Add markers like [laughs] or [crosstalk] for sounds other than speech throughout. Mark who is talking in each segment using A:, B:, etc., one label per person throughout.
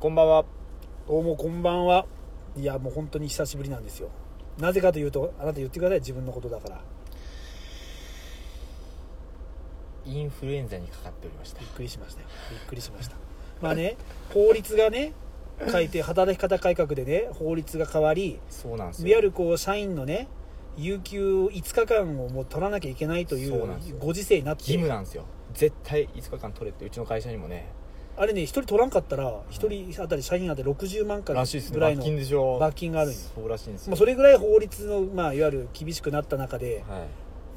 A: こんばんは。
B: どうもこんばんは。いや、もう本当に久しぶりなんですよ。なぜかというと、あなた言ってください、自分のことだから。
A: インフルエンザにかかっておりました
B: びっ。くりしましたよ。びっくりしました。まあね、法律がね、改定、働き方改革でね、法律が変わり、
A: そうなんです
B: い
A: よ。
B: わゆるこう、社員のね、有給5日間をもう取らなきゃいけないとい
A: そうなんですよ
B: うご時世になっ
A: 義務
B: て、
A: なんですよ。絶対5日間取れって、うちの会社にもね、
B: あれね、1人取らんかったら、1人あたり社員あたり60万回
A: らしいですね。
B: ぐらい
A: 罰
B: の、
A: 金でしょ。
B: 罰金があるんよ
A: そうらしいんですよ。
B: まあ、それぐらい法律の、まあ、いわゆる厳しくなった中で、
A: はい。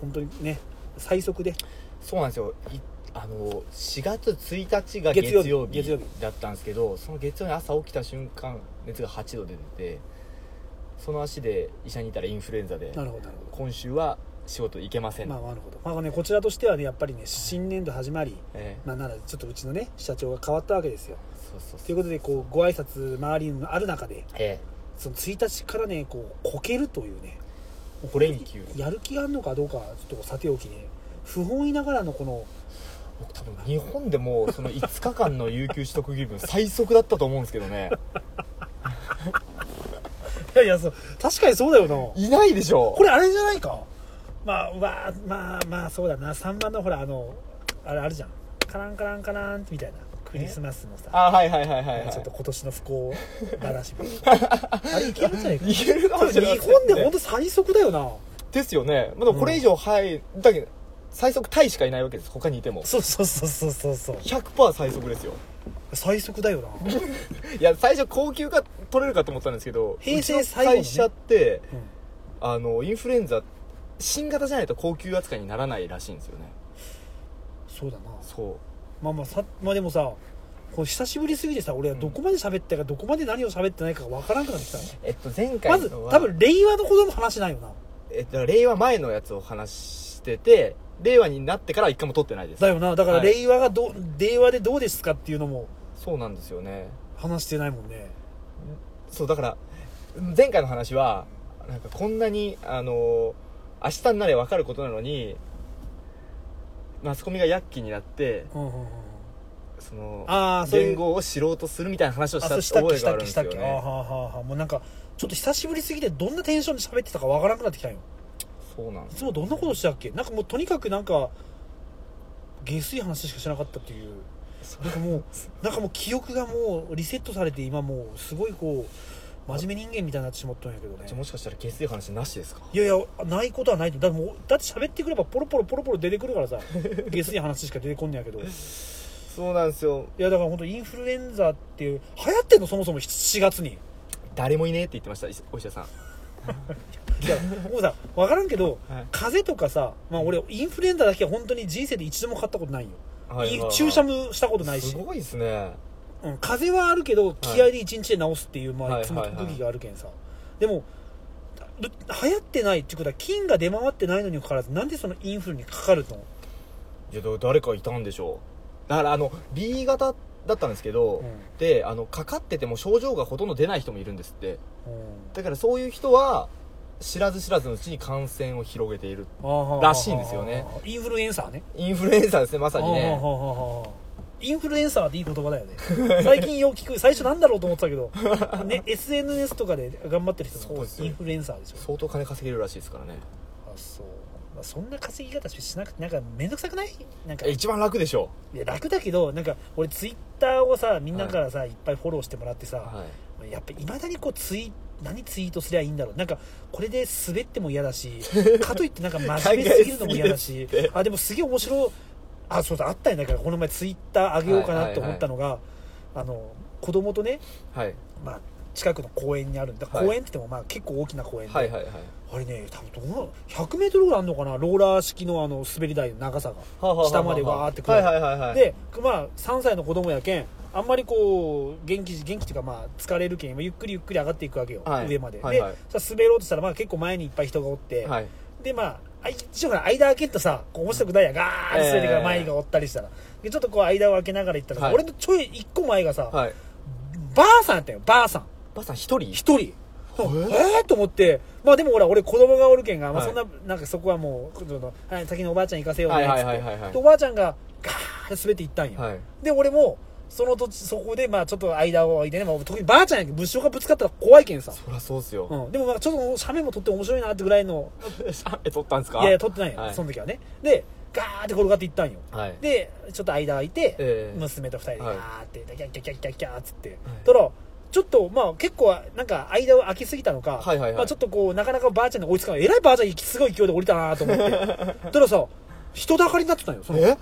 B: 本当にね、最速で、
A: そうなんですよ。いあの4月1日が月
B: 月曜日
A: 曜日
B: 月曜日
A: だったんですけどその月曜に朝起きた瞬間熱が8度出ててその足で医者にいたらインフルエンザで
B: なるほど、なるほど。
A: 今週は仕事行けません、
B: まあ、なるほど、まあね、こちらとしてはね、やっぱりね、新年度始まり、
A: ええ
B: まあ、ならちょっとうちのね、社長が変わったわけですよ。
A: そうそう
B: と
A: そ
B: いううことで、こうご挨拶周りにある中で、
A: え
B: その1日からね、こうこけるというね、
A: え5連休
B: やる気があるのかどうか、ちょっとさておきね、不本意ながらのこの、
A: 僕多分日本でもその5日間の有給取得義務最速だったと思うんですけど
B: [laughs]
A: ね
B: いやいや、そう確かにそうだよな、こ
A: いないでしょ
B: れ、あれじゃないか、まあ、まあ、まあ、まあ、そうだな、3番のほら、あの、あれあるじゃん、カランカランカランみたいな、クリスマスのさ。
A: あはいはいはいはい、はい、
B: ちょっと今年の不幸話みた
A: [laughs]
B: いなあれいけるんじゃないか
A: 逃げるかもし
B: 日
A: れない
B: 本で本当最速だよな
A: ですよね、まあ、でもこれ以上入る、だけど最速タイしかいないわけです他にいても
B: そうそうそうそうそうそう
A: 100%最速ですよ
B: 最速だよない
A: や最初高級が取れるかと思ったんですけど
B: 平
A: う
B: 成
A: ちの
B: 最後のね
A: 会社って、
B: うん
A: あのインフルエンザ新型じゃないと高級扱いにならないらしいんですよね
B: そうだな
A: そ
B: まあまあさまあでもさこう久しぶりすぎてさ俺はどこまで喋ったかどこまで何を喋ってないかが分からなくなってきたね
A: うえっと前
B: ま
A: 回
B: ず
A: のは
B: 多分令和のほどの話ないよな
A: えっと、令和前のやつを話してて令和になってから一回も撮ってないです
B: だよなだから
A: はい
B: 令和がど、令和でどうですかっていうのも
A: そうなんですよね
B: 話してないもんね
A: そうだから前回の話はなんかこんなにあの明日になれ分かることなのにマスコミが躍起になって
B: うんうんうん
A: その
B: ああそういう
A: 言語を知ろうとするみたいな話をし
B: あ
A: た
B: そうしたっ
A: 覚
B: け
A: え
B: し
A: があ
B: たっ
A: るん
B: け
A: で
B: し
A: す
B: た
A: よ
B: っけあーは
A: ね
B: あはあはあもうなんかちょっと久しぶりすぎてどんなテンションで喋ってたか分からなくなってきたよ
A: そうなんで
B: い
A: す
B: つもどんなことしたっけなんかもうとにかくなんか下水話しかしなかったっていうなんかもうなんかもう記憶がもうリセットされて今もうすごいこう真面目人間みたいになってしまったんやけどね
A: じゃあもしかしたら下水話なしですか
B: いやいやないことはないとだってもうだって喋ってくればポロポロポロポロ出てくるからさ下水話しか出てこんねやけどい
A: そうなんですよ
B: やだから本当インフルエンザっていう流行ってんのそもそも7月に
A: 誰もいねえって言ってましたお医者さん
B: いやもうさ分からんけど、
A: はい
B: 風邪とかさ、まあ、俺インフルエンザだけは本当に人生で一度も買ったことないよ、
A: はいはいはい
B: 注射もしたことないし
A: すごいですね
B: うん、風邪はあるけど気合で一日で治すっていう、ま
A: は
B: あ、
A: い
B: いつも
A: はいはい
B: 特技があるけんさ、でもる流行ってないっていうことは菌が出回ってないのにもかかわらずなんでそのインフルにかかるの、
A: いやだ誰かいたんでしょうだからあの B 型だったんですけど、
B: うん
A: であのかかってても症状がほとんど出ない人もいるんですって
B: うん
A: だからそういう人は知らず知らずのうちに感染を広げているらしいんですよね
B: インフルエンサーね
A: インフルエンザですねまさに
B: あーは
A: ね
B: ーはーはーインフルエンサーっていい言葉だよね [laughs] 最近よう聞く最初なんだろうと思ってたけど、
A: [laughs]
B: ね、SNS とかで頑張ってる人
A: そう
B: も
A: ですよ
B: インフルエンサーでしょ
A: 相当金稼げるらしいですからね
B: あそう、まあ、そんな稼ぎ方しなくてなんか面倒くさくないなんか
A: え
B: い
A: 一番楽でしょ
B: や楽だけどなんか俺ツイッターをさみんなからさ、い、っぱいフォローしてもらってさ、
A: う、はい、
B: やっぱいまだにこうツイ何ツイートすりゃいいんだろうなんかこれで滑っても嫌
A: [laughs]
B: だしかといってなんか真面目すぎるのも嫌だし
A: 考えすぎですって
B: あでもすげえ面白あそうだあったんやだからこの前ツイッター上げようかなと思ったのが、あの子供とね、
A: はい、
B: まあ、近くの公園にあるんだ
A: はい
B: 公園って言ってもまあ結構大きな公園で、
A: はいはいはい
B: あれね多分どうな 100m ぐらいあるのかなローラー式のあの滑り台の長さが。
A: はあはあはあはあ
B: 下までわーって来
A: は
B: る
A: いはいはいはい
B: で、まあ、3歳の子供やけんあんまりこう元気元気っていうかまあ疲れるけんゆっくりゆっくり上がっていくわけよ、
A: はい
B: 上まで、
A: はいはい
B: でさ滑ろうとしたら、まあ、結構前にいっぱい人がおって、
A: はい
B: でまああ一応ほら間開けるとさこう面白くないやんガーッて滑って
A: え
B: から
A: え
B: 前がおったりしたら、でちょっとこう間を開けながら行ったらさ、
A: はい
B: 俺のちょい1個前がさ、
A: はい
B: ばあさんやったんよばあさん
A: ばあさん一人
B: 一人
A: え
B: え
A: ー
B: ー、と思ってまあでもほら俺子供がおるけんが、まあ、
A: はい
B: そんな,、なんかそこはもうちょっとはい先におばあちゃん行かせようね
A: は
B: っ
A: い
B: つって、
A: はいはいはいはい
B: でおばあちゃんがガーッて滑って行ったんよ、
A: はい
B: で俺もその土地そこでまあちょっと間を空いてね、まあ、特にばあちゃんやけど物証がぶつかったら怖いけんさ、
A: そりゃそうっすよ、
B: うん、でもまあちょっと写メも撮って面白いなってぐらいの
A: [laughs] え撮ったんですか
B: いやいや撮ってないよ、
A: はい
B: その時はねでガーって転がっていったんよ
A: はい
B: でちょっと間空いて、
A: ええ
B: 娘と二人でガ
A: はい
B: ーってキャッキャッキャッキャッキャーっつって、
A: はい
B: たらちょっとまあ結構なんか間を空きすぎたのか、
A: はいはいはい
B: まあ、ちょっとこうなかなかばあちゃんに追いつかないえらいばあちゃんすごい勢いで降りたなと思ってたらさ人だかりになってたんよその
A: え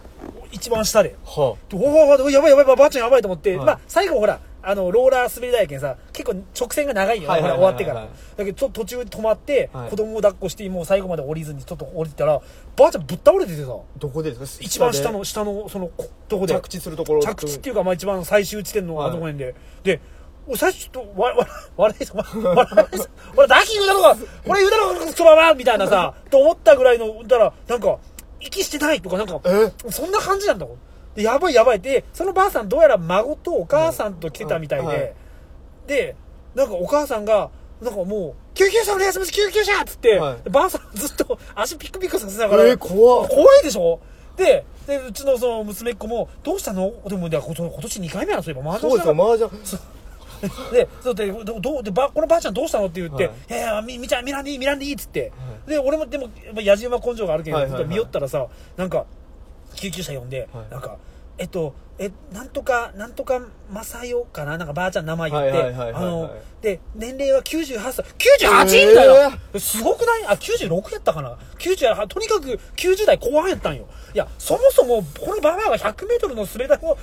B: 一番下で
A: は
B: おーおーおーやばいやばいばあばあちゃんやばいと思って、
A: はい
B: まあ最後ほらあのローラー滑り台やけんさ結構直線が長いよ、
A: はいはいはい
B: ほら終わってから、
A: はい
B: だけどちょっと途中で止まって、
A: はい
B: 子供を抱っこしてもう最後まで降りずにちょっと降りてたらばあちゃんぶっ倒れててさ
A: どこでですか
B: 一番下
A: で
B: の下のそのことこで
A: 着地するところ
B: 着地っていうか、まあ、一番最終地点のあ
A: はい
B: そこへんで、でお最初ちょっとわ [laughs] わ笑いそう笑いそう俺ダキ言うだろうが俺言うだろうがそのままみたいなさと思ったぐらいのだからなんか息してないとかなんか
A: え
B: そんな感じなんだもんでやばいやばいでそのばあさんどうやら孫とお母さんと来てたみたいで、
A: うんはい
B: でなんかお母さんがなんかもう救急車お願いします救急車っつって、
A: はい
B: ばあさんずっと [laughs] 足ピクピクさせながら、
A: えー怖っ
B: 怖いでしょででうちのその娘っ子も「どうしたの?」でもいや今年今年2回目なんですよ今麻
A: そうですか
B: 雀
A: 麻雀
B: でそうでどどうでばこのばあちゃんどうしたのって言って「
A: はい
B: い、やいやみみちゃん見らんでいい見らんでいい」っつって、で俺もでもやっぱ野次馬根性があるけど、
A: はいはいはい
B: ずっと見よったらさなんか救急車呼んで、
A: はい
B: なんか。えっと、えなんとかなんとか正代かななんかばあちゃん名前言
A: はいは
B: っ
A: い
B: て
A: はいはい
B: あ
A: はい
B: ので年齢は98歳 98! みたいな、すごくないあ、96やったかな ?90 や、とにかく90代後半やったんよ。いや、そもそも、このババアが100メートルの滑り台を滑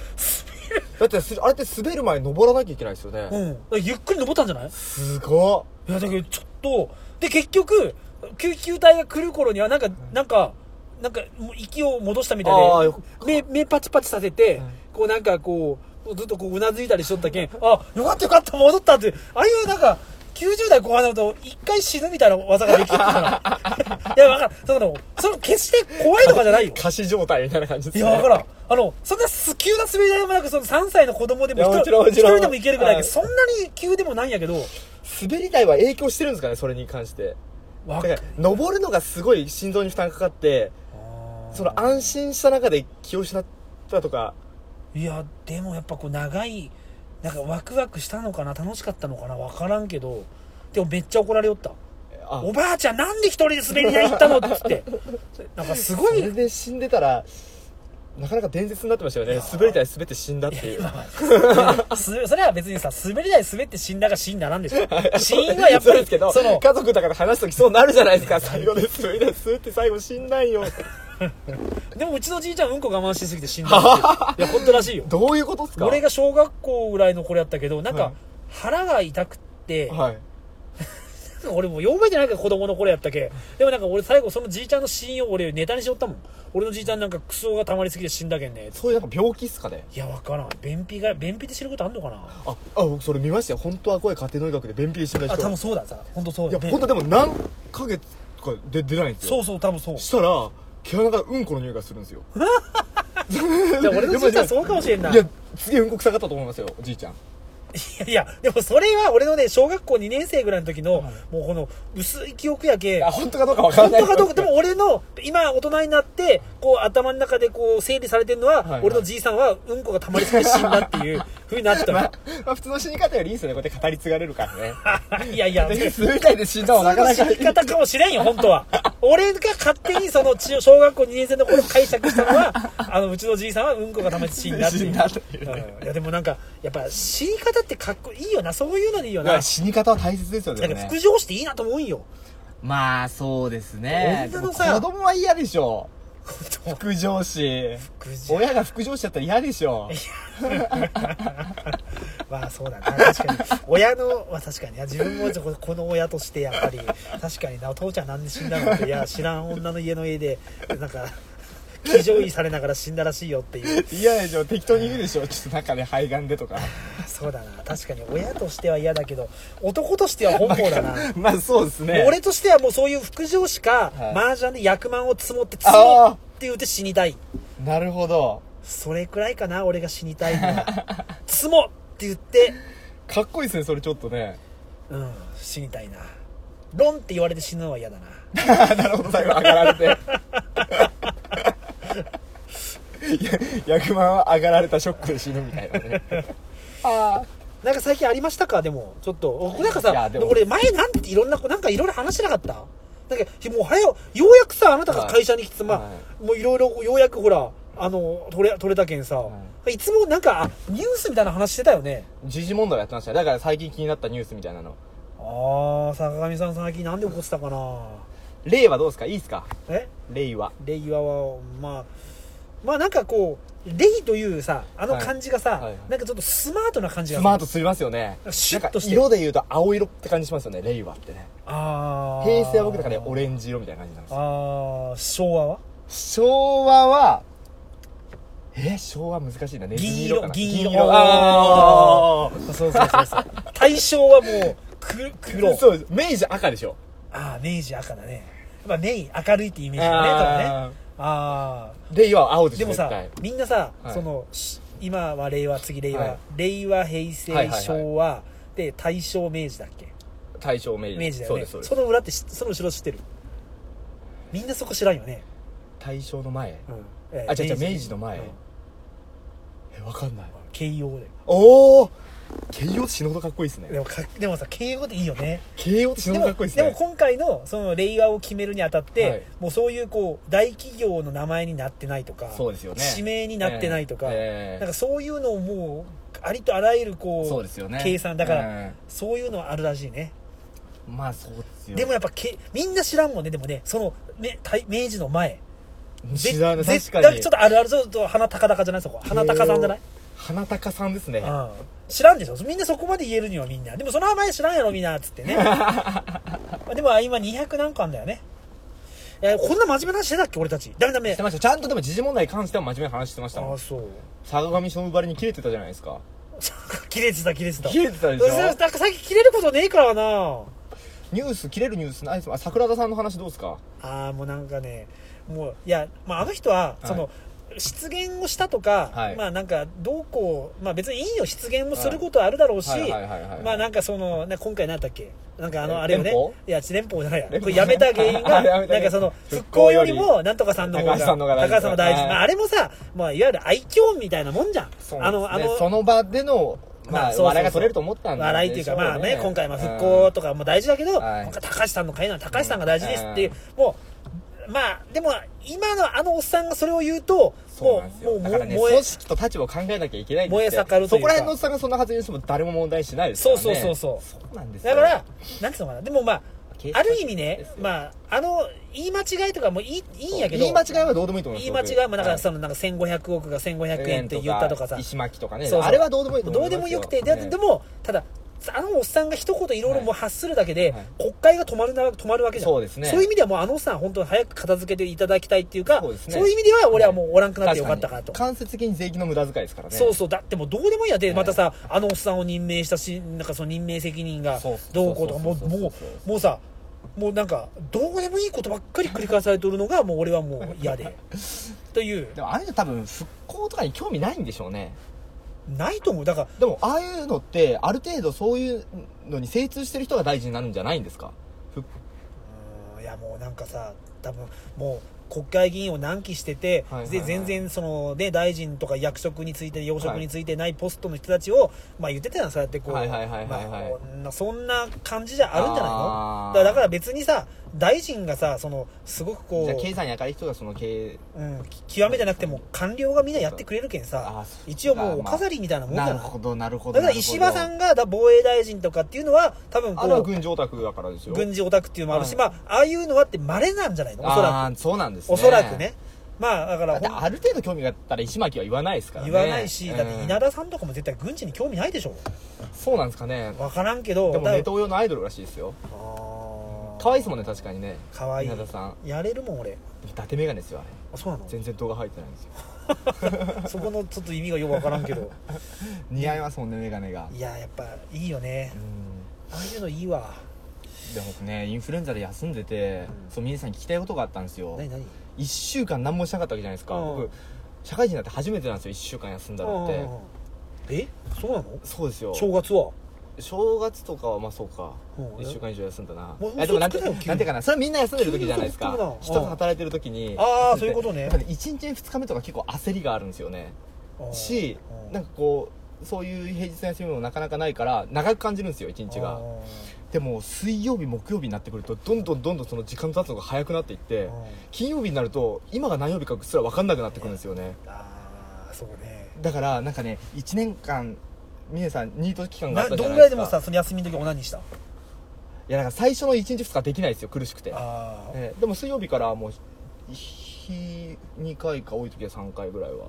B: る。
A: だってすあれって滑る前に登らなきゃいけないですよね、
B: うん。ゆっくり登ったんじゃない
A: すごっ
B: いや、だけどちょっと、で、結局、救急隊が来る頃には、なんか、なんか、なんか、もう息を戻したみた
A: あー
B: い
A: よ
B: で、目、目パチパチさせて、
A: はい
B: こうなんかこう、ずっとこう、うなずいたりしとったけん、あ、よかったよかった、戻ったって、ああいうなんか、90代後半だと、一回死ぬみたいな技ができ
A: [laughs]
B: るから。いや、わかる。その、その、決して怖いとかじゃないよ。
A: 貸し状態みたいな感じで
B: い
A: す
B: や、
A: ね
B: わからん。あの、そんな急な滑り台もなく、その3歳の子供でも
A: いや
B: 一
A: もちろ
B: 人
A: んも
B: 一
A: ちろん
B: 人でもいけるぐらいやけど、そ
A: は
B: んなに急でもないんやけど、
A: 滑り台は影響してるんですかねそれに関してだ
B: わか
A: から登るのがすごい心臓に負担かかってその安心した中で気を失ったとか
B: いやでもやっぱこう長いなんかワクワクしたのかな楽しかったのかな分からんけどでもめっちゃ怒られよった「
A: あ
B: おばあちゃんなんで一人で滑り台行ったの?」っつってなんかすご
A: そ [laughs]
B: い
A: れで死んでたらなかなか伝説になってましたよね滑り台滑って死んだっていう
B: すそれは別にさ滑り台滑って死んだが死んだなんでしょ死因はやっぱ
A: [laughs] そう
B: り
A: ですけど
B: その
A: 家族だから話すときそうなるじゃないですか最後で滑り台滑って最後死んないよ
B: でもうちのじいちゃんうんこ我慢しすぎて死んだっていういや本当らしいよ
A: どういうことですか
B: 俺が小学校ぐらいの頃やったけどなん
A: は
B: か
A: い
B: 腹が痛くって、
A: はい
B: 俺もう4歳じゃないから子供の頃やったけでもなんか俺最後そのじいちゃんの死因を俺ネタにしよったもん俺のじいちゃんなんかクソが溜まりすぎて死んだけんね
A: そういうなんか病気っすかね
B: いやわからん便秘が便秘で知ることあんのかな
A: ああ僕それ見ましたよ本当は怖い家庭の医学で便秘で死んだ
B: あ多
A: 人
B: 分そうださ本当そう
A: い
B: だ
A: や
B: ね
A: 本当でも何ヶ月かで出ないんですよ
B: そうそう多分そう
A: したら毛穴からうんこの匂いがするんですよ
B: [laughs] じゃあ俺のじいちゃんそうかもしれんないいや
A: やすげえうんこ臭かったと思いますよおじいちゃん
B: いやでもそれは俺のね小学校2年生ぐらいの時
A: は
B: の、
A: い
B: もうこの薄い記憶やけ
A: あ本当かどうかわから
B: 本
A: ない
B: 当かどうかでも俺の今大人になってこう頭の中でこう整理されてるのは、
A: はいはい
B: 俺のじいさんはうんこが溜まりすぎて死んだっていうふうになったの
A: まあ普通の死に方よりいいですよねこうやって語り継がれるから
B: [laughs]
A: ね
B: いやいや
A: 滑り台で死んだはなかな
B: 普
A: か
B: 通の死に方かもしれんよ、本
A: [laughs]
B: 当は。俺が勝手にそのち小学校2年生の頃解釈したのは、
A: [laughs]
B: あの、うちのじいさんはうんこがたまに死んだって
A: 死
B: い
A: ん
B: う。
A: だっていうね
B: うんいや、でもなんか、やっぱ死に方ってかっこいいよな、そういうのにいいよ
A: だか
B: な
A: ら。死に方は大切ですよ
B: だ
A: ねで
B: から
A: もね
B: 副上していいなと思うんよ。
A: まあそうですね
B: 女
A: で
B: の
A: も
B: さ
A: 子供は嫌でし [laughs] ょ
B: 本
A: 副上司
B: 副
A: [laughs]
B: 上
A: 親が副上司だったら嫌でし
B: [laughs]
A: ょ
B: 当まあそうだな、確かに。親の、まあ確かに、いや自分もちょっとこの親としてやっぱり、確かにな、父ちゃんなんで死んだのって、いや、知らん女の家の家で、なんか、気乗位されながら死んだらしいよっていう。
A: 嫌でしょ適当に言うでしょちょっとなんかね肺がんでと
B: [laughs]
A: か
B: そうだな確かに親としては嫌だけど男としては本望だな、
A: まあそうですね
B: 俺としてはもうそういう副上司か、
A: はい
B: 麻雀で役満を積もって積も
A: あー
B: って言うて死にたい
A: なるほど
B: それくらいかな俺が死にたいのは
A: [laughs]
B: 積もって言って
A: かっこいいですねそれちょっとね [laughs]
B: うん死にたいなロンって言われて死ぬのは嫌だ
A: [laughs]
B: な
A: なるほど最後上がられてヤクマンは上がられたショックで死ぬみたいな
B: [laughs]
A: ねあ
B: なんか最近ありましたかでもちょっとおなんか
A: いや
B: さ
A: でも
B: 俺前なんていろんななんかいろいろ話しなかったなんかもう早よようやくさあなたが会社に来て、ま
A: は
B: あもういろいろようやくほらあの取れ取れたけんさ、、
A: はい
B: つもなんかあニュースみたいな話してたよね
A: 時事問題をやってましたねだから最近気になったニュースみたいなの
B: ああ坂上さん最近なんで怒ってたかな
A: 令和どうですかいいですか
B: え
A: 令和
B: 令和はまあまあなんかこう「令」というさあの漢字がさ、
A: はいはいはい
B: なんかちょっとスマートな感じが
A: スマートすぎますよね
B: なんかシュッとして
A: なんか色で言うと青色って感じしますよね令和ってね
B: ああ
A: 平成は僕の中でオレンジ色みたいな感じなんですよ
B: ああ昭和は
A: 昭和はえ昭和難しいなネズミ色かな
B: 銀色銀色
A: あー
B: そうそうそうそう大正はもうく黒
A: そうです明治赤でしょ
B: ああ明治赤だねやっぱメイン明るいってイメージだね多分ねああ
A: 令和は青です
B: でもさみんなさ、
A: はい
B: そのし今は令和次令和、
A: はい
B: 令和平成、
A: はいはいはい
B: 昭和で大正明治だっけ
A: 大正明治
B: 明治だ
A: そう
B: よね
A: です
B: そ
A: そうです
B: の裏ってしその後ろ知ってるみんなそこ知らんよね、
A: 大正の前
B: うんえ
A: あ違う違う明治の前
B: うん
A: えわかんない
B: 慶応で
A: おお慶応って死ぬほどかっこいいです
B: で
A: ね
B: もかでもさ慶応でいいよね
A: 慶応って死ぬ
B: で
A: ほどか
B: も
A: っこいいです
B: でも
A: ね
B: 今回のその令和を決めるにあたって、
A: はい
B: もうそういうこう大企業の名前になってないとか
A: そうですよね
B: 指名になってないとか、
A: ええ
B: なんかそういうのをもうありとあらゆるこう
A: そうですよね
B: 計算だから、
A: うん
B: そういうのはあるらしいね
A: まあそうですよ
B: でもやっぱけみんな知らんもんねでもねそのね大明治の前ぜ
A: 知らない
B: ぜ
A: 確か
B: だ
A: に
B: ちょっとあるあるちょっと鼻高々じゃないそこ鼻高さんじゃない、
A: 花高さんですね
B: うん、知らんでしょみんなそこまで言えるにはみんなでもその名前知らんやろみんなっつっ
A: [laughs]
B: てねでもあ今200何個あんだよねえーこんな真面目な話してたっけ俺たちダメダメ
A: してましたちゃんとでも時事問題に関しては真面目な話してました
B: あ
A: も
B: あ
A: ん
B: そう [laughs]
A: 坂上忍ばりに切れてたじゃないですか
B: 切れてた切れてた
A: 切れてたでしょ
B: うんなんか最近切れることねえからな
A: ニュース切れるニュースないですあ桜田さんの話どうですか
B: ああもうなんかねもういや、まあ、あの人は
A: はい
B: その、失言をしたとか、
A: はい
B: まあなんかどうこう、まあ別にいいよ、失言もすることはあるだろうし、
A: はいはいはいはい
B: まあなんかその、な今回何だったっけなんかあ
A: え
B: の、あれよ
A: 連
B: ね
A: 邦。
B: いや、連邦じゃないや。
A: 連
B: こ
A: 邦
B: れやめた原因
A: [laughs]
B: が、
A: あや
B: な
A: め
B: ん
A: た原因
B: かその、復興よりも、なんとかさんの方が、
A: 高橋さんの方が大事
B: 高橋さんの大事。
A: はい
B: まああれもさ、まあいわゆる愛嬌みたいなもんじゃん。
A: そう
B: あの、あ
A: ですね
B: の、
A: その場での、
B: ま
A: ま
B: あ
A: あ、
B: そうそうそう
A: 笑いが取れると思ったんでしょうね、
B: 笑いっていうか、まあね、今回、まあ復
A: う
B: 興
A: ん
B: とかも大事だけど、
A: はい
B: 今回高橋さんの会なの高橋さんが大事ですっていう、もう、まあ、でも、今のあのおっさんがそれを言うと、
A: そう
B: も
A: なんです
B: う、も
A: よ
B: う、
A: だか
B: もう
A: らね
B: 燃え
A: 組、織と立場を考えなきゃいけないんですって
B: 燃え盛るとい
A: そ
B: うか
A: こら辺のおっさんがそんな発言しても誰も問題視しないですから、ね、
B: そうそうそう
A: そうそうなんですよ
B: だから、なんつうのかな、でもまあ、
A: 警察
B: ある意味ね
A: です、よ
B: まあ、あの、言い間違いとかもいいいいんやけど、
A: 言い間違いはどうでもいいと思い
B: 言い
A: ま
B: 間
A: す
B: 違いも、だから
A: さ
B: その、なんか1500億が1500円って言ったとかさ、
A: 石巻とかね
B: そうそう
A: あれはどうでもいいと思い
B: ど
A: ま
B: う
A: す
B: で
A: よ
B: もよくて、で
A: ね
B: でも、ただ、あのおっさんが一言いろいろもう発するだけで、
A: はい
B: 国会が止まるな止まるわけじゃん
A: そうですね
B: いう意味ではもうあのおっさんは本当に早く片付けていただきたいっていうか
A: そうですね
B: いう意味では俺はもうおらんくなってよかったかと、
A: 確に間接的に税金の無駄遣いですからね
B: そうそうだってもうどうでもいいやで、
A: はい
B: またさあのおっさんを任命したしなんかその任命責任が
A: そうそう
B: どうこうとかもう
A: そうそうそう
B: もうもうさもうなんかどうでもいいことばっかり繰り返されてるのがもう俺はもう
A: [laughs]
B: 嫌でという
A: でもあれじゃ多分復興とかに興味ないんでしょうね
B: ないと思うだから
A: でもああいうのってある程度そういうのに精通してる人が大事になるんじゃないんですかふ
B: うーんいやもうなんかさ多分もう国会議員を難期してて、
A: はいはいはい
B: で全然その、ね、大臣とか役職について要職
A: はい
B: についてないポストの人たちを、まあ、言ってたやんそうやってこう
A: はいはいはいはいはい
B: まあそんな感じじゃあるんじゃないの
A: あー
B: だからだから別にさ大臣がさそのすごく
A: じゃあ
B: こ
A: 経
B: う、
A: 済に明るい人がその経営
B: うん、き極めてなくても官僚がみんなやってくれるけん
A: あ
B: さ
A: ーそっか
B: 一応もうお飾りみたいなもんじゃ
A: な
B: ない
A: るほどなるほど
B: だから石破さ
A: なん
B: がだ防衛大臣とかっていうのは多分
A: るほど
B: こ
A: あれは
B: う
A: 軍事オタクだからですよ
B: 軍事オタクっていうのもあるし、
A: は
B: まあああいうのはって稀なんじゃないのおそらく
A: あーそうなんですね
B: おそらくねまあだ
A: だ
B: から
A: って
B: ほん
A: ある程度興味があったら石巻は言わないですからね
B: 言わないし、だって稲
A: 田
B: 田さんとかも絶対軍事に興味ないでしょ
A: そうなんですかね
B: 分からんけど
A: でも
B: だ
A: ネトウヨのアイドルらしいですよ
B: あー
A: 可愛いですもんね確かにね
B: かわいい
A: 稲田さん
B: やれるもん俺
A: 伊達眼鏡ですよあれ
B: あそうなの
A: 全然動画入ってないんですよ
B: そこのちょっと意味がよく分からん
A: [laughs]
B: けど
A: 似合いますもんね眼鏡が
B: いややっぱいいよね
A: うん
B: ああいうのいいわ
A: で僕ねインフルエンザで休んでて、
B: うん
A: そう皆さんに聞きたいことがあったんですよ
B: 何何
A: 1週間何もしなかったわけじゃないですか、
B: うん
A: 僕社会人になって初めてなんですよ1週間休んだのって、
B: うんうんうんえそうなの
A: そうですよ
B: 正月は
A: 正月とかはまあそうか
B: うん
A: 1週間以上休んだな
B: もう
A: あでもなんて
B: 嘘つくなよ急に
A: なんていうかなそれはみんな休んでる時じゃないです
B: 急に嘘
A: か
B: つく
A: 人
B: な
A: が働いてる時に
B: あーそういうことね
A: やっぱり1日目2日目とか結構焦りがあるんですよね
B: ああ
A: し
B: うん
A: なんかこうそういう平日の休みもなかなかないから長く感じるんですよ1日
B: あ
A: がでも水曜日木曜日になってくるとどんどんどんどんその時間経つのが早くなっていって
B: あ
A: 金曜日になると今が何曜日かすら分かんなくなってくるんですよね
B: ああそうね
A: だからなんかね1年間峰さんニート期間があ
B: な
A: った
B: ど
A: じゃ
B: ん
A: ないで
B: ぐら
A: す
B: いでもさその休みの時オナニーした
A: いやだから最初の1日2日できないですよ苦しくて、
B: ああ
A: ええでも水曜日からもう日2回か多い時は3回ぐらいは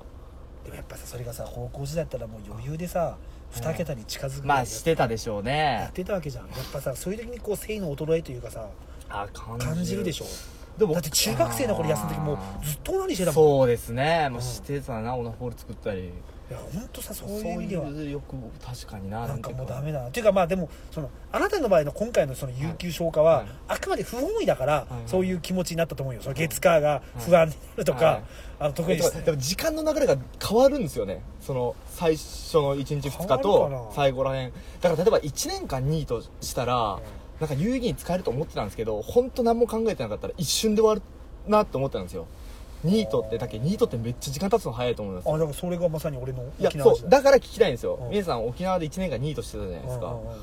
B: でもやっぱさそれがさ高校時代だったらもう余裕でさ2桁に近づくぐ
A: ま
B: らい
A: あ
B: で
A: してたでしょう
B: や
A: ね
B: ってたわけじゃんやっぱさそういう時にこう誠意の衰えというかさ
A: あ感
B: 感じるでしょ
A: でも
B: だって中学生の頃休んだ時もうずっとオナニーしてたもん
A: そうですねも
B: ん
A: うしてたなオナホール作ったり
B: いやほんとさそういう意味では
A: そういう欲望確かにな
B: なんかもうダメ
A: だ
B: だなっていうかまあでもそのあなたの場合の今回のその有給消化は、
A: はい
B: あくまで不本意だから、
A: いはい
B: そういう気持ちになったと思うよその月火が不安になるとか、
A: はい
B: あの特に
A: でも時間の流れが変わるんですよねその最初の1日2日
B: 変わるか
A: と
B: な
A: 最後らへんだから例えば1年間ニートしたらなんか有意義に使えると思ってたんですけど本当何も考えてなかったら一瞬で終わるなって思ったんですよニートってだけニートってめっちゃ時間経つの早いと思います
B: あだからそれがまさに俺の
A: いや
B: 沖縄
A: そ
B: 時
A: う
B: 代
A: だから聞きたいんですよ、
B: うん
A: 皆さん沖縄で1年間ニートしてたじゃないですか、
B: うんうんうん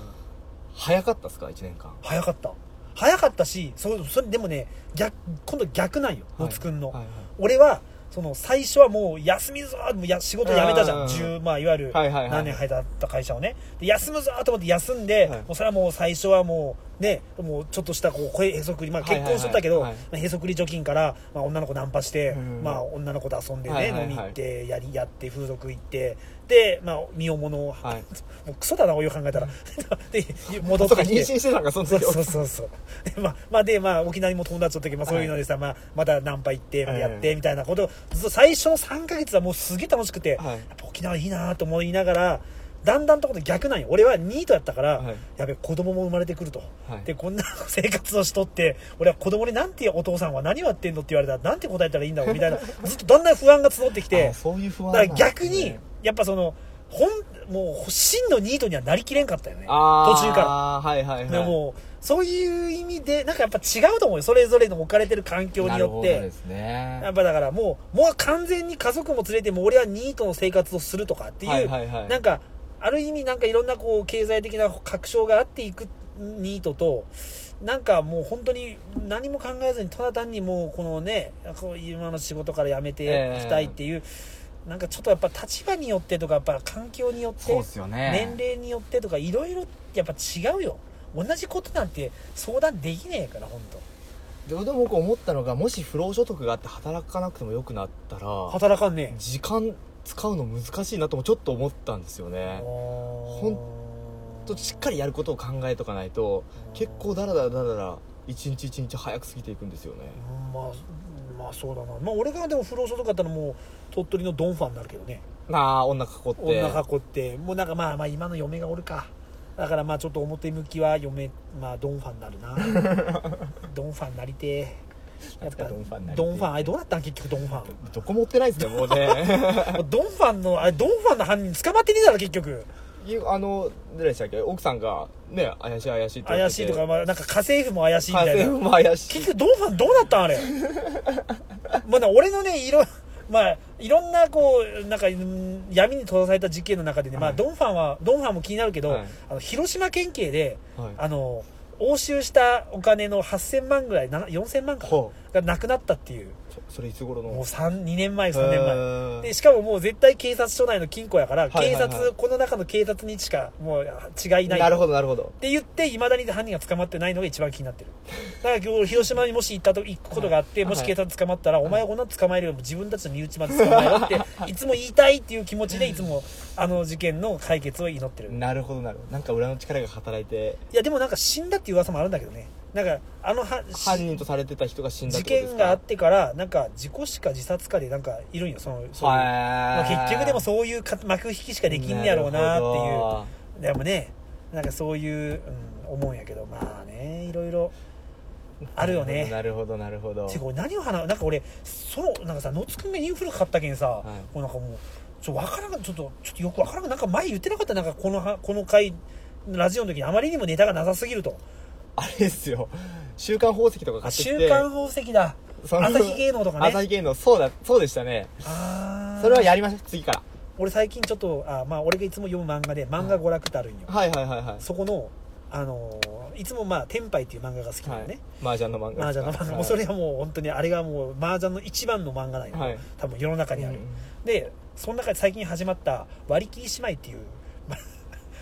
A: 早かったですか1年間
B: 早かった早かったしそうそれでもね逆今度逆なんよ
A: はい
B: もつくんの、
A: はいはい
B: 俺はその最初はもう休みぞーもうや仕事辞めたじ
A: うんうん
B: ゃ
A: うんん
B: 10まあいわゆる
A: はいはいはい
B: 何年入った会社をねで休むぞーと思って休んで、
A: はい
B: もうそれはもう最初はもうねもうちょっとしたこう声へそくり、まあ、
A: はいはいは
B: 結
A: い
B: 婚しとったけど、
A: はい
B: へそくり貯金から、まあ、女の子ナンパして、
A: うん
B: まあ、女の子と遊んでね、
A: はいはいはい
B: 飲み行ってやりやって風俗行ってで、まあ、身を物を、 [laughs]
A: はい
B: もうクソだなお湯考えたら [laughs] で戻っ
A: そうか
B: て
A: 妊
B: きて
A: 娠してたんかその
B: そう
A: 時
B: そうそうそうでまあまあでまあ沖縄にも友達とった時、まあ、そういうのでさ、まあ、またナンパ行って
A: はい
B: やってみたいなことをずっと最初の3ヶ月はもうすげえ楽しくて、
A: はい
B: やっぱ沖縄いいなと思いながらだんだんとこと逆なんよ俺はニートやったから、
A: はい
B: やべえ子供も生まれてくると、
A: はい
B: でこんな生活をしとって俺は子供になんてお父さんは何をやってんのって言われたらなんて答えたらいいんだろうみたい
A: [laughs]
B: なずっとだんだん不安が募ってきて
A: あそういう不
B: だ
A: 安
B: か
A: な
B: ら
A: んですね
B: 逆にやっぱそのほんもう真のニートにはなりきれんかったよね
A: あー
B: 途中から。
A: はいはいはい
B: でも、そういう意味で、なんかやっぱ違うと思うよ。それぞれの置かれてる環境によっ
A: なるほどで
B: て。
A: すね
B: やっぱだからもう、もう完全に家族も連れて、もう俺はニートの生活をするとかっていう、
A: はいはいはい
B: なんか、ある意味なんかいろんなこう、経済的な確証があっていくニートと、なんかもう本当に何も考えずに、ただ単にもうこのね、こう今の仕事から辞めていきたいっていう、なんかちょっとやっぱ立場によってとか、やっぱ環境によって、
A: そうですよね
B: 年齢によってとかいろいろやっぱ違うよ同じことなんて相談できねえから本当
A: でも僕思ったのがもし不労所得があって働かなくてもよくなったら
B: 働かんね
A: 時間使うの難しいなともちょっと思ったんですよ
B: え
A: ね
B: ほ
A: ちょっとしっかりやることを考えとかないと結構ダラダラダラダラ一日一日早く過ぎていくんですよね
B: まあまあそうだなまあ俺がでも不労所とかだったらもう鳥取のドンファンになるけどね
A: まあ女囲って
B: 女囲ってもうなんかまあまあ今の嫁がおるかだからまあちょっと表向きは嫁まあドンファンになる
A: [laughs]
B: なドンファンになりてえやっぱ
A: ドンファンになりてえ
B: ドンファンあれどうなったん結局ドンファン
A: どこも追ってないですねもうね [laughs]
B: もうドンファンのあれドンファンの犯人捕まってねえだろ結局
A: いうあの誰でしたっけ奥さんがね怪しい怪しいって言
B: 怪
A: って
B: していとか、まあ、なんか家政婦も怪しいみたい
A: 家
B: な
A: 政婦も怪しい
B: 結局ドンファンどうなったんあれ [laughs] まあな俺のねいろまあいろんなこうなんかうん闇に閉ざされた事件の中でね、まあ
A: はい
B: ドンファンはドンファンも気になるけど、
A: はい
B: あの広島県警で、
A: はい
B: あの押収したお金の8000万ぐらいな4000万か
A: ほ
B: ながなくなったっていう
A: そそれいつ頃の
B: もう3 2年前3年前
A: 前
B: でしかももう絶対警察署内の金庫やから、
A: いはいはい
B: 警察この中の警察にしかもう違いない
A: なるほどなるほど
B: って言っていまだに犯人が捕まってないのが一番気になってるだから今日広島にもし行ったと行くことがあって、
A: はい
B: もし警察捕まったら、お前はこんなの捕まえるよりも自分たちの身内まで捕まえろ
A: [laughs]
B: っていつも言いたいっていう気持ちでいつもあの事件の解決を祈ってる
A: なるほどなるほどなんか裏の力が働いて
B: いやでもなんか死んだっていう噂もあるんだけどねなんかあのはし
A: 犯人とされてた人が死んだっ
B: 事
A: てことです
B: 件
A: か
B: があってからなんか事故死か自殺かでなんかいるんよそのそういう、ま
A: は
B: あ
A: い、
B: 結局でも
A: う
B: そういうか幕引きしかできんねやろうなっていうでもねなんかそういう、うん、思うんやけどまあねいろいろあるよね
A: なるほどなるほどな
B: て
A: るほ
B: か
A: ど
B: 俺何を話うなんか俺そのなんかさ野津くんがインフルかかったけんさ、
A: い
B: もうなんかもうちょっとわからんかちょっとちょっとよくわからんかなんか前言ってなかったなんかこのはこの回ラジオの時にあまりにもネタがなさすぎると
A: あれですよ週刊宝石とか
B: あ
A: 買ってき
B: 週
A: て
B: 刊宝石だ
A: その
B: 朝日芸能とかね
A: 朝日芸能そうだそうでしたね
B: あー
A: それはやりましょう次から
B: 俺最近ちょっとあまあ俺がいつも読む漫画で漫画娯楽ってあるんよ、
A: はいはいはいはい
B: そこのあのーいつもまあ「天杯」っていう漫画が好きなのね、
A: 麻雀の漫画
B: 麻
A: です
B: 雀
A: か
B: の漫画、もうそれはもう本当にあれがもう麻雀の一番の漫画なんよ、
A: はい
B: 多分世の中にある、でその中で最近始まった「割り切り姉妹」っていう [laughs] ま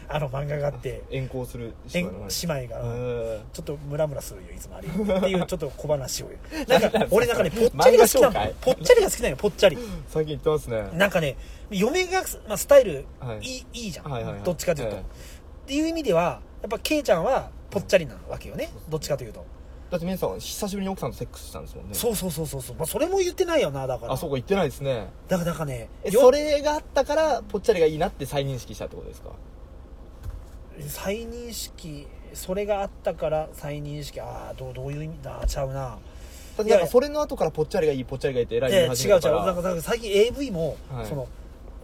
B: あの漫画があって
A: 遠行する姉
B: えん
A: 妹の話
B: 姉妹が、
A: うん
B: ちょっとムラムラするよいつもあれっていうちょっと
A: [laughs]
B: 小話をなんか俺なんかねぽっ
A: 漫画
B: ちゃりが好きな
A: 紹介
B: のぽっちゃりが好きなのぽっちゃり
A: 最近言ってますね
B: なんかね嫁が、まあ、スタイル
A: はい
B: いい,、い、いじゃん、
A: はいはいはい
B: どっちかというと、
A: ええ
B: っていう意味ではやっぱケイちゃんはぽっちゃりなわけよねどっちかというと
A: だって皆さん久しぶりに奥さんとセックスしたんですもんね
B: そうそうそうそうそう、まあ、それも言ってないよなだから
A: あそこ行ってないですね
B: だからなんかね
A: え
B: よ
A: それがあったからぽっちゃりがいいなって再認識したってことですか
B: 再認識それがあったから再認識ああどうどういう意味だちゃうな
A: だって
B: い
A: な
B: や
A: んかそれの後からぽっちゃりがいいぽっちゃりがいいって偉い
B: で違
A: 言いう始
B: 違
A: め
B: う
A: たから
B: なんかなんか最近 AV も、
A: はい
B: その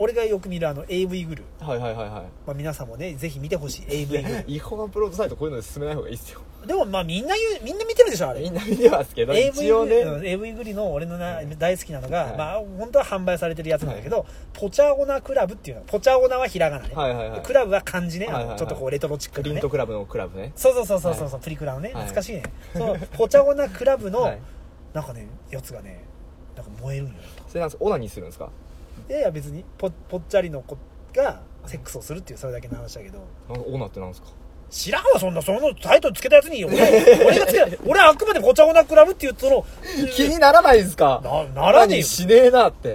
B: 俺がよく見るあの AV グル、
A: はいはいはいは
B: まあ、皆さんもねぜひ見てほしい AV グ
A: い [laughs] 違法アップロードサイトこういうので進めない方がいいですよ
B: ルでもまあみんな言うみんな見てるでしょあれ
A: みんな見てますけ [laughs] ど
B: AV
A: 一応ね
B: うん AV グリの俺のな、大好きなのが、
A: はい
B: まあ本当は販売されてるやつなんだけど、ポチャオナクラブっていうのポチャオナはひらがなね、
A: はいはいはい
B: クラブは漢字ね、あの
A: はいはいはい
B: ちょっとこうレトロチッ
A: ク
B: クな
A: リン
B: ね
A: トクラブのクラブね
B: そうそうそうそうそう、プリクラのね
A: い
B: 懐かしいね、そのポチャオナクラブの、
A: はい
B: なんかねやつがねなんか燃えるんよ
A: それなんですオナニーするんですか
B: いやいや別にぽぽっちゃりの子がセックスをするっていうそれだけの話だけど
A: なんかオナってなんですか
B: 知らんわそんなそのタイトルつけたやつに俺俺がつけた俺はあくまでポチャオナクラブっていうその
A: 気にならないですか
B: な
A: オ
B: ならねえよ
A: ナニーしねえなって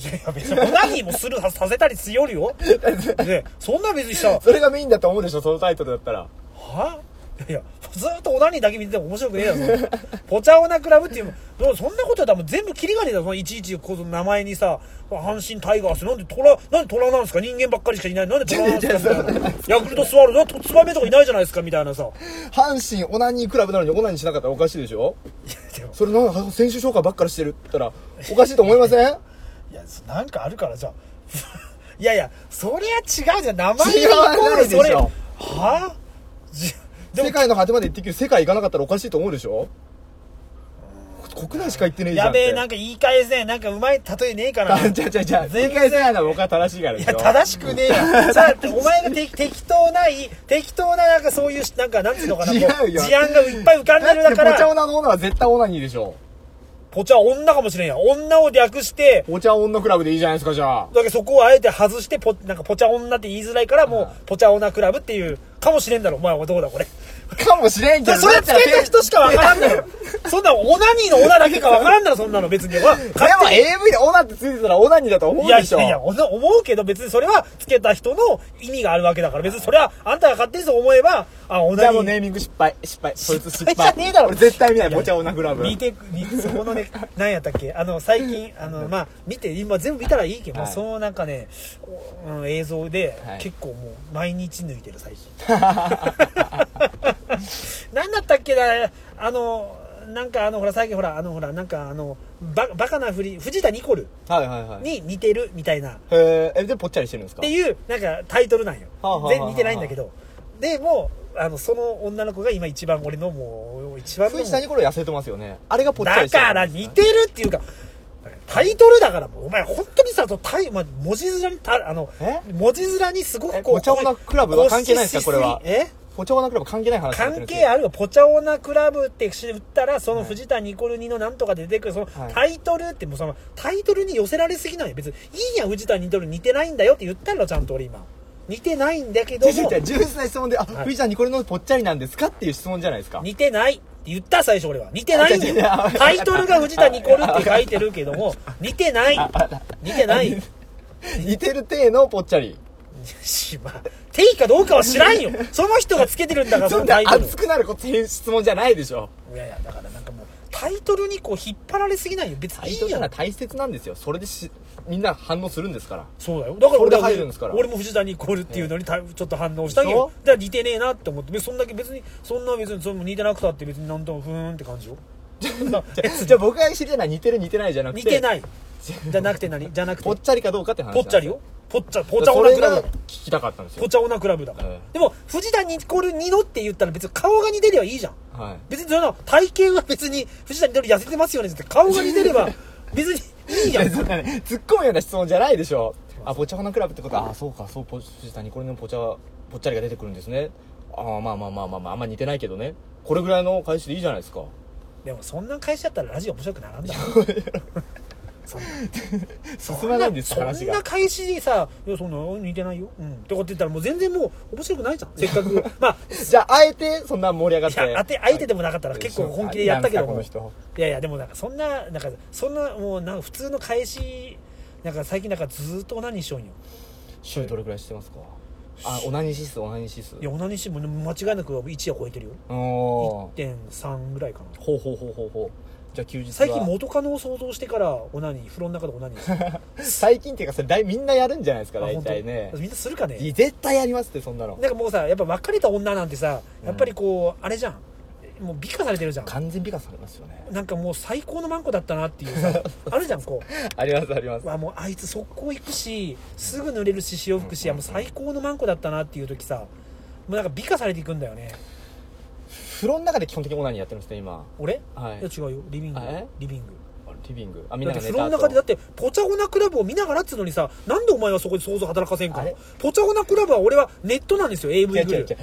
B: いやいや別にオナニーもするささせたりしよるよでそんな別にしたら
A: それがメインだと思うでしょそのタイトルだったら
B: はいやいやずっとオナニーだけ見てても面白くねえだ
A: [laughs]
B: ろそんなポチャオナクラブっていうもうそんなことやったらもう全部キリがねえだろそのいちいちこの名前にさ阪神タイガースなんで虎なんで虎なんですか人間ばっかりしかいないなんで虎なんですかみたいなヤクルトスワローズなんでツバメとかいないじゃないですかみたいなさ
A: 阪神オナニークラブなのにオナニーしなかったらおかしいでしょ
B: でも
A: それなんか選手紹介ばっかりしてるって言ったらおかしいと思いません
B: いやそなんかあるからじゃあ [laughs] いやいやそりゃ違うじゃん名前
A: 違わないでしょ
B: イコールそれはあじでも
A: 世界の果てまで行ってきる世界行かなかったらおかしいと思うでしょ国内しか行ってねえじゃん
B: や
A: って
B: べえなんか言い返せなんかうまい例えねえかな
A: じゃあじゃあじゃあ世界世界なら僕は正しいから
B: い
A: でし
B: や
A: ょ
B: 正し
A: [laughs]
B: くねえよさあお前がて適当ない適当ななんかそういうなんかなんていうのかなこ
A: 違うよ
B: 事案がいっぱい浮かんで
A: だ
B: るだか
A: ってポチャオ
B: ら
A: ナのオナは絶対オナニーでしょ
B: ポチャ女かもしれんや女を略して
A: ポチャオンのクラブでいいじゃないですかじゃあ
B: だけどそこをあえて外してポなんかポチャ女って言いづらいからもうポチャ女クラブっていうかもしれんだろお前はどうだこれ
A: かもしれんけ
B: で
A: ど
B: それつけた人しかわから
A: [laughs]
B: んだよそんなオナニーのオナだけかわからんだろそんなの別にほら
A: でも AV でオナってついてたらオナニーだと思う
B: いや
A: で
B: い
A: しょ
B: やいやおな思うけど別にそれはつけた人の意味があるわけだから別にそれはあんたが勝手にそう思えばあオ
A: じゃ
B: ナ
A: あもう
B: ニー
A: ネーミング失敗失敗そいつ失
B: 失敗じゃねえだろ
A: 俺絶対見ない
B: いや
A: ポチャオナクラブ
B: 見て見そこのね [laughs] 何やったっけあの最近あのまあ見て今全部見たらいいけど、
A: はい
B: そのなんかね、おうん、映像で、
A: はい
B: 結構もう毎日抜いてる
A: [laughs]
B: 最近何だったっけなあのなんかあのほら最近ほらあのほらなんかあのババカなふり藤田ニコル
A: はいはいはい
B: に似てるみたいな
A: へーえでぽっちゃりしてるんです
B: っ
A: か
B: ていうなんかタイトルなんよ
A: はあはあはあ
B: 全然似てないんだけどでもうあのその女の子が今一番俺のもう一番の
A: 藤田ニコロ痩せてますよねあれがぽっちゃ
B: だ
A: りしてる
B: から似てるっていうか、タイトルだから、お前本当にさ、そのタイ、まあ、文字面にた、あの
A: え、
B: 文字面にすごく
A: え
B: こう、
A: ポチャオナクラブは関係ないですかこれは
B: 固執しすぎえ
A: ポチャオナクラブ関係ない話になってる
B: 関
A: んです
B: 係
A: け
B: あるよ。ポチャオナクラブって打ったら、その藤田ニコルニのなんとかで出てくる、その
A: はい
B: タイトルって、もうそのタイトルに寄せられすぎないよ。別に、いいやん、藤田ニコル似てないんだよって言ったの、ちゃんと俺今。似てないんだけど
A: ど違う違う違
B: も
A: う、純粋な質問で「あ藤田ニコロのぽっちゃりなんですか?」っていう質問じゃないですか
B: 似てないって言った最初俺は似てないんだ
A: あ違う違うあわか
B: よ
A: った
B: タイトルが藤田ニコルって書いてるけど
A: [laughs]
B: も似てない似てない
A: 似てる体のぽっちゃり
B: しまあ定義かどうかは知らんよその人がつけてるんだから
A: [laughs]
B: そ
A: そ
B: の
A: んな
B: タイトル
A: 熱くなるこという質問じゃないでしょ
B: いやいやだからなんかもうタイトルにこう引っ張られすぎないよ別
A: タ
B: に
A: イ
B: い
A: ト
B: い
A: ル
B: や
A: が
B: ん
A: 大切なんですよそれでしみんな反応するんですから
B: そうだよだから
A: それ
B: 俺
A: で
B: は
A: 入るんですから
B: 俺も藤田ニコルっていうのにたちょっと反応したけ
A: でしょ [laughs]
B: どだから似てねえなって思って別にそんだけ別にそんな別にそれも似てなくたって別になんともふーんって感じよ
A: じゃあ僕が知りたいのは似てる似てないじゃなくて
B: 似てないいじゃなくて何じゃなくて
A: ぽっちゃりかどうかって話
B: ぽっちゃり
A: を
B: よぽっちゃぽちゃオナクラブ
A: 聞きたかったんですよ
B: ぽちゃオナクラブだから、
A: ええ
B: でも藤田ニコルニノって言ったら別に顔が似てりゃいいじゃん
A: はい
B: 別にその体型は別に藤田ニコル痩せてますよねって顔が似てれ [laughs] ば別にいいじゃん
A: そんなね突っ込むような質問じゃないでしょあぽちゃほなクラブってことはあそうかそうポ藤田ニコルのぽちゃぽっちゃりが出てくるんですねああまあまあまあまあまああんま似てないけどねこれぐらいの返しでいいじゃないですか
B: でもそんな会社だったらラジオ面白くならんだろ [laughs] そんな
A: 進まないんです話
B: そんな
A: が
B: 返しにさ「いやそんな似てないよ」うん、ってこと言ったらもう全然もう面白くないじゃんせっか [laughs] くまあ
A: じゃああえてそんな盛り上がっ
B: いや
A: て
B: 当て相手でもなかったら結構本気でやったけど
A: なん
B: も
A: ですかこの人
B: いやいやでもなんかそんななんかそんなもうなんか普通の返しなんか最近なんかずーっとオナニーしようんよ
A: 週どれぐらいしてますかあオナニシスオナニシス
B: いやオナニーしも間違いなく1を超えてるよ
A: おお
B: 1.3ぐらいかな
A: ほうほうほうほうほうじゃあ休日は
B: 最近元カノを想像してからオナニー風呂の中でオナニーしてる
A: 最近っていうかそれ大みんなやるんじゃないですか
B: あ
A: [laughs] 大
B: 本当
A: 体ね
B: みんなするかね
A: い絶対やりますってそんなの
B: なんかもうさやっぱ別れた女なんてさやっぱりこう、あれじゃんもう美化されてるじゃん
A: 完全美化されますよね
B: なんかもう最高のマンコだったなっていう
A: [laughs]
B: さあるじゃんこう
A: ありますあります
B: うわもうあいつ速攻行くしすぐ濡れるし潮吹くし、いやもう最高のマンコだったなっていう時さもうなんか美化されていくんだよね
A: 風呂の中で基本的にオナニーやってるんですね今
B: 俺、
A: はい
B: い、や違うよリビング
A: え
B: リビング
A: リビングあみん
B: だ
A: な
B: って
A: が寝
B: 風
A: た
B: 呂の
A: 後
B: 中でだってポチャゴナクラブを見ながらっつうのにさなんでお前はそこで想像働かせんか
A: あれ
B: ポチャゴナクラブは俺はネットなんですよ AV グ
A: 違う
B: ル
A: 違う違う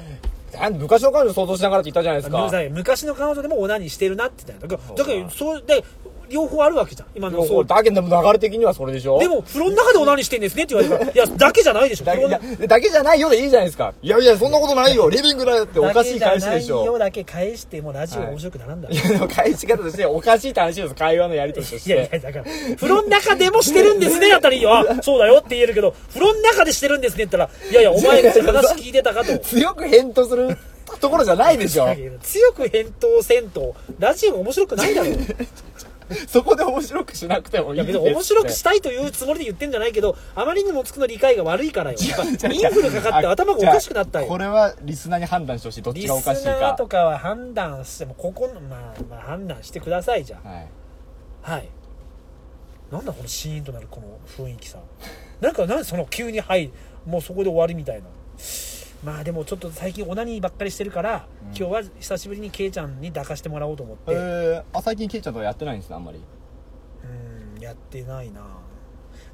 A: なんで昔の彼女想像しながらって言ったじゃないです
B: ごめんなさ
A: か
B: い昔の彼女でもオナニーしてるなって言ったよだからだか
A: そう
B: ら
A: か
B: そうで両方あるわけじゃん今のそう
A: だけど流れ的にはそれでしょ
B: でも風呂の中でオナニーしてんですねって言われたらいやだけじゃないでしょ
A: だ
B: 風
A: け
B: 呂
A: い
B: の
A: やだけじゃないよでいいじゃないですかいやいやそんなことないよリビングだよっておかしい返しでし
B: だけじゃないよ
A: ょ
B: だけ返してもうラジオ面白くならんだろ、
A: いやでも返し方としておかしいって話です会話のやり取りとし
B: いやい
A: て
B: や、だから、風呂の中でもしてる
A: [laughs]
B: んですね、だったらいいよ。あ、そうだよって言えるけど、風呂の中でしてるんですねって言ったら、いやいや、お前の話聞いてたかと。
A: 強く返答するところじゃないでしょ
B: 強く返答せんと、ラジオ面白くないだろ。い
A: そこで面白くしなくてもいい
B: や、
A: んで
B: 別
A: す
B: に面白くし
A: った
B: いというつもりで言ってんじゃないけど、あまりにもつくの理解が悪いからよ。やっぱイン
A: て
B: フルかかって頭がおかしくなった
A: じゃあこ
B: よ。
A: れはリスナーに判断してほしいどっ
B: リ
A: ち
B: ス
A: がおかしい
B: ナー
A: か
B: とかは判断しても、ここの、まあ、まあ、判断してください、じゃあ。
A: はい
B: はいなんだこのシーンとなるこの雰囲気さなんかなんでその急に「はいもうそこで終わり」みたいなまあでもちょっと最近オナニーばっかりしてるから、今日は久しぶりにケイちゃんに抱かしてもらおうと思って、
A: えー、あ最近ケイちゃんとかやってないんですねあんまり
B: うんやってないな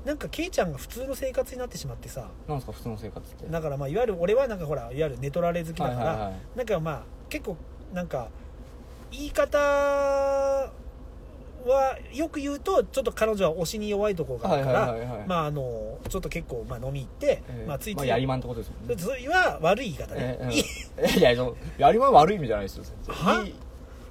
B: なんかケイちゃんが普通の生活になってしまってさ
A: なんですか普通の生活って
B: だからまあいわゆる俺はなんかほらいわゆる寝取られ好きだから、
A: はいはいはい
B: なんかまあ結構なんか言い方はよく言うとちょっと彼女は推しに弱いところがあるから、
A: はいはいはいはい
B: まああのちょっと結構まあ飲み行って、
A: えー
B: まあついつい、
A: まあやりまんってことですもんね
B: ついは悪い言い方ね
A: え、ーえーいやいややりまん悪い意味じゃないですよ全然
B: はい
A: い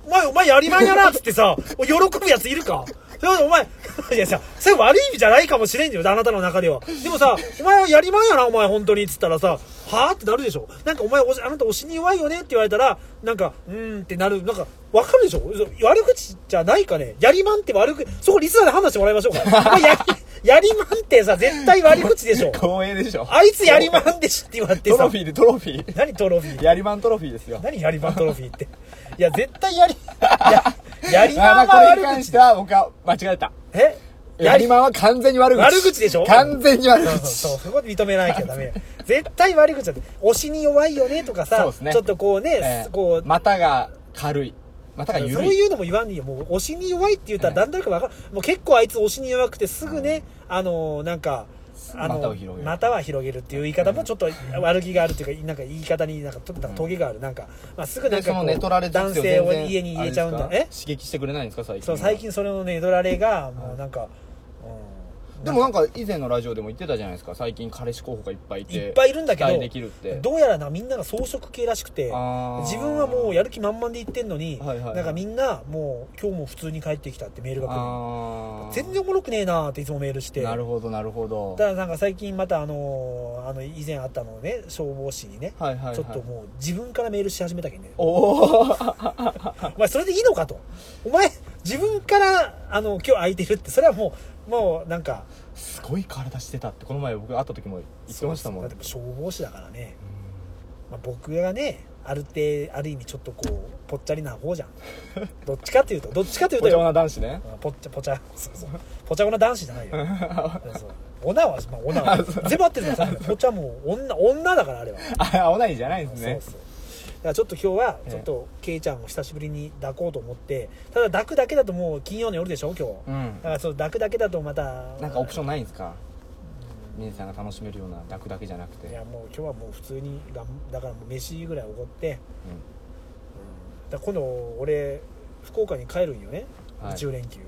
B: お前お前やりまんやなっつってさ [laughs] 喜ぶやついるかそれでお前 [laughs] いやさそれ悪い意味じゃないかもしれんよあなたの中ではでもさお前はやりまんやなお前本当にっつったらさはあってなるでしょなんかお前おしあなた推しに弱いよねって言われたらなんかうーんってなるなんかわかるでしょそ悪口じゃないかねやりまんって悪くそこリスナーで判断してもらいましょうかお前やり [laughs] やりまんってさ絶対悪口でしょ
A: 光栄でしょ
B: あいつやりまんでしょって言われて
A: トロ
B: さ
A: フィーでトロフィー
B: 何トロフィーって
A: やりまんトロフィーですよ
B: 何やりまんトロフィーっていや絶
A: [laughs]
B: 対やりややりま
A: あ
B: ん
A: まあこ
B: は
A: れに
B: 悪
A: 関し
B: 口
A: て
B: だ
A: は僕は間違えた
B: え
A: やりまんは完全に悪口
B: 悪口でしょ
A: 完全に悪
B: [laughs] そう
A: 口
B: そうそうそこで認めないきゃダメよ絶対悪口だって推しに弱いよねとか
A: そう
B: さ
A: っ、すね
B: ちょっとこうね、
A: えー
B: こう、
A: 股が軽い股が
B: そう
A: 緩い
B: いうのも言わんでいいよもう推しに弱いって言ったら
A: ええ
B: 何となく分かる、もう結構あいつ推しに弱くてすぐね、あのーなんかあの
A: 股を広げる
B: 股は広げるっていう言い方もちょっと悪気があるっていうかなんか言い方になんかとなんかトゲがあるなんか、まあ、すぐなん
A: で
B: か
A: そ
B: こ
A: の
B: う
A: 寝取られ女
B: 男
A: 性を
B: 性
A: 全
B: を
A: 然
B: 家に入れちゃうんだ
A: あれ
B: え
A: ですか刺激してくれないんですか最近
B: そう
A: は
B: 最近それのねドラレがもうなんか、うん
A: でもなんか以前のラジオでも言ってたじゃないですか最近彼氏候補がいっぱいいて
B: いっぱいいるんだけ
A: 期
B: ど
A: 待できるって
B: どうやらなみんなが装飾系らしくて
A: あー
B: 自分はもうやる気満々で言ってんのに、
A: はいはいはい
B: なんかみんなもう今日も普通に帰ってきたってメールが来
A: あ
B: る
A: ー
B: 全然おもろくねえなーっていつもメールして
A: なるほどなるほど
B: ただなんか最近またあのーあの以前あったのね消防士にね、
A: はいはいはい
B: ちょっともう自分からメールし始めたけどね
A: おおー
B: お前それでいいのかとお前自分からあの今日空いてるってそれはもうもうなんか
A: すごい体してたってこの前僕会った時も言ってましたもん
B: だって消防士だからね、まあ、僕がねある程ある意味ちょっとこうぽっちゃりな方じゃん [laughs] どっちかというとどっちかというと
A: ポチャマナ
B: よ
A: 男子
B: [laughs]
A: ね
B: うんぽっちゃぽちゃそうそうぽちゃごな男子じゃないよ
A: [laughs]
B: そう女は、まあ、女は全部合ってるからぽちゃもう女女だからあれは
A: あオナニーじゃないんです
B: そう
A: ね
B: そうだからちょっと今日は
A: ええ
B: ちょっとケイちゃんを久しぶりに抱こうと思ってただ抱くだけだともう金曜の夜でしょ今日、
A: うん
B: だからその抱くだけだとまた
A: なんかオプションないんですか皆さんが楽しめるような抱くだけじゃなくて
B: いやもう今日はもう普通にがんだからもう飯ぐらいおごってだから今度俺福岡に帰るんよね、
A: うんはい
B: 10連休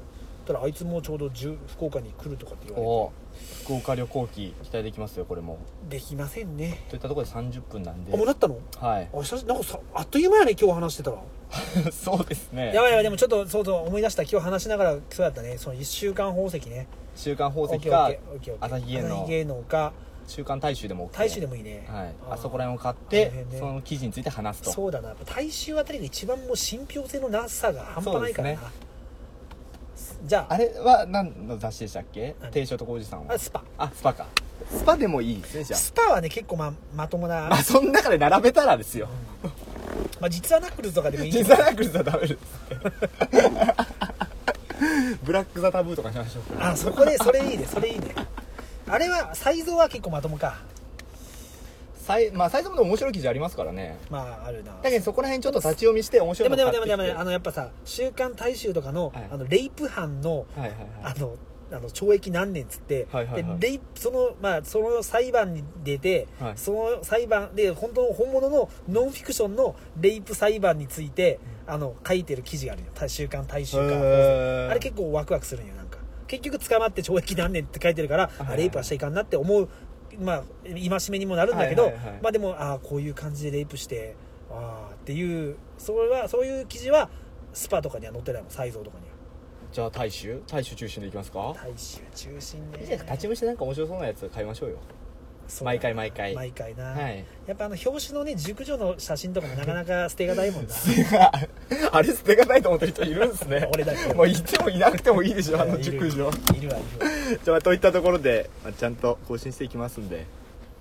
B: たらあいつもちょうど10福岡に来るとかって言
A: お
B: われ
A: お福岡旅行期期待できますよこれも
B: てできませんね
A: といったところで30分なんで
B: あもうなったの
A: はい
B: あ久しなんかさあっという間やね今日話してたら
A: [laughs] そうですね
B: やばいやばいでもちょっとそうそう思い出した今日話しながらそうだったねその1週間宝石ね
A: 週刊宝
B: オッ
A: 石
B: ケーオ
A: か
B: ッケーオッケーオッケー
A: 朝日芸能
B: 朝日芸能か
A: 週刊大衆でも OK
B: 大衆でもいいね、
A: はい
B: ー
A: あそこら辺を買っ
B: 大
A: て
B: 変ね
A: その記事について話すと
B: そうだなやっぱ大衆あたりが一番もう信憑性のなさが半端ないからな、
A: そ
B: じゃあ
A: あれは何の雑誌でしたっけ
B: 何
A: 定食おじさんは
B: あスパ
A: あスパかスパでもいいですねじゃ
B: スパはね結構まあまともな、
A: あま
B: ま
A: あその中で並べたらですよ
B: あ、実はナックルズとかでもいいけ
A: 実
B: ど
A: 際ラクルスはダメですブラック・ザ・タブーとかしましょうか
B: あそこでそれいいねそれいいねあれはサイズは結構まともか
A: さいまあ最初もでも面白い記事ありますからね
B: まああるな
A: だけどそこら辺ちょっと立ち読みして面白
B: で
A: いの
B: もでも
A: 買
B: で
A: って
B: も
A: き
B: で
A: て
B: もでもあのやっぱさ「週刊大衆」とかの,、
A: はい
B: あのレイプ犯の
A: はいはいは
B: あ
A: い
B: のあの懲役何年っつって、
A: はいはいはい
B: でレイプそのまあその裁判に出て、
A: はい
B: その裁判で本当の本物のノンフィクションのレイプ裁判について、あの書いてる記事があるよ「週刊大衆」
A: へ
B: か
A: ー
B: あれ結構ワクワクするんよなんか結局捕まって懲役何年って書いてるから、
A: はい
B: あレイプはしちゃいかんなって思うまあ戒めにもなるんだけど、
A: はいはいはい
B: まあでもああこういう感じでレイプしてああっていうそれはそういう記事はスパとかには載ってないもんサイゾーとかには。
A: じゃあ大衆大衆中心でいきますか
B: 大衆中心
A: い
B: で
A: いじゃないですか立ち読みしてなんか面白そうなやつ買いましょうよ
B: そう
A: 毎回毎回
B: 毎回な、
A: はい [laughs]
B: やっぱあの表紙のね熟女の写真とかもなかなか捨てがたい
A: [laughs]
B: もんな
A: あれ捨てがないと思ってる人いるんですね
B: [laughs] 俺だけ
A: もういてもいなくてもいいでしょあの
B: いる
A: 熟女
B: いるわいる
A: じ
B: わ
A: ゃあまあといったところで、まあ、ちゃんと更新していきますんで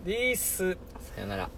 B: リース
A: さよなら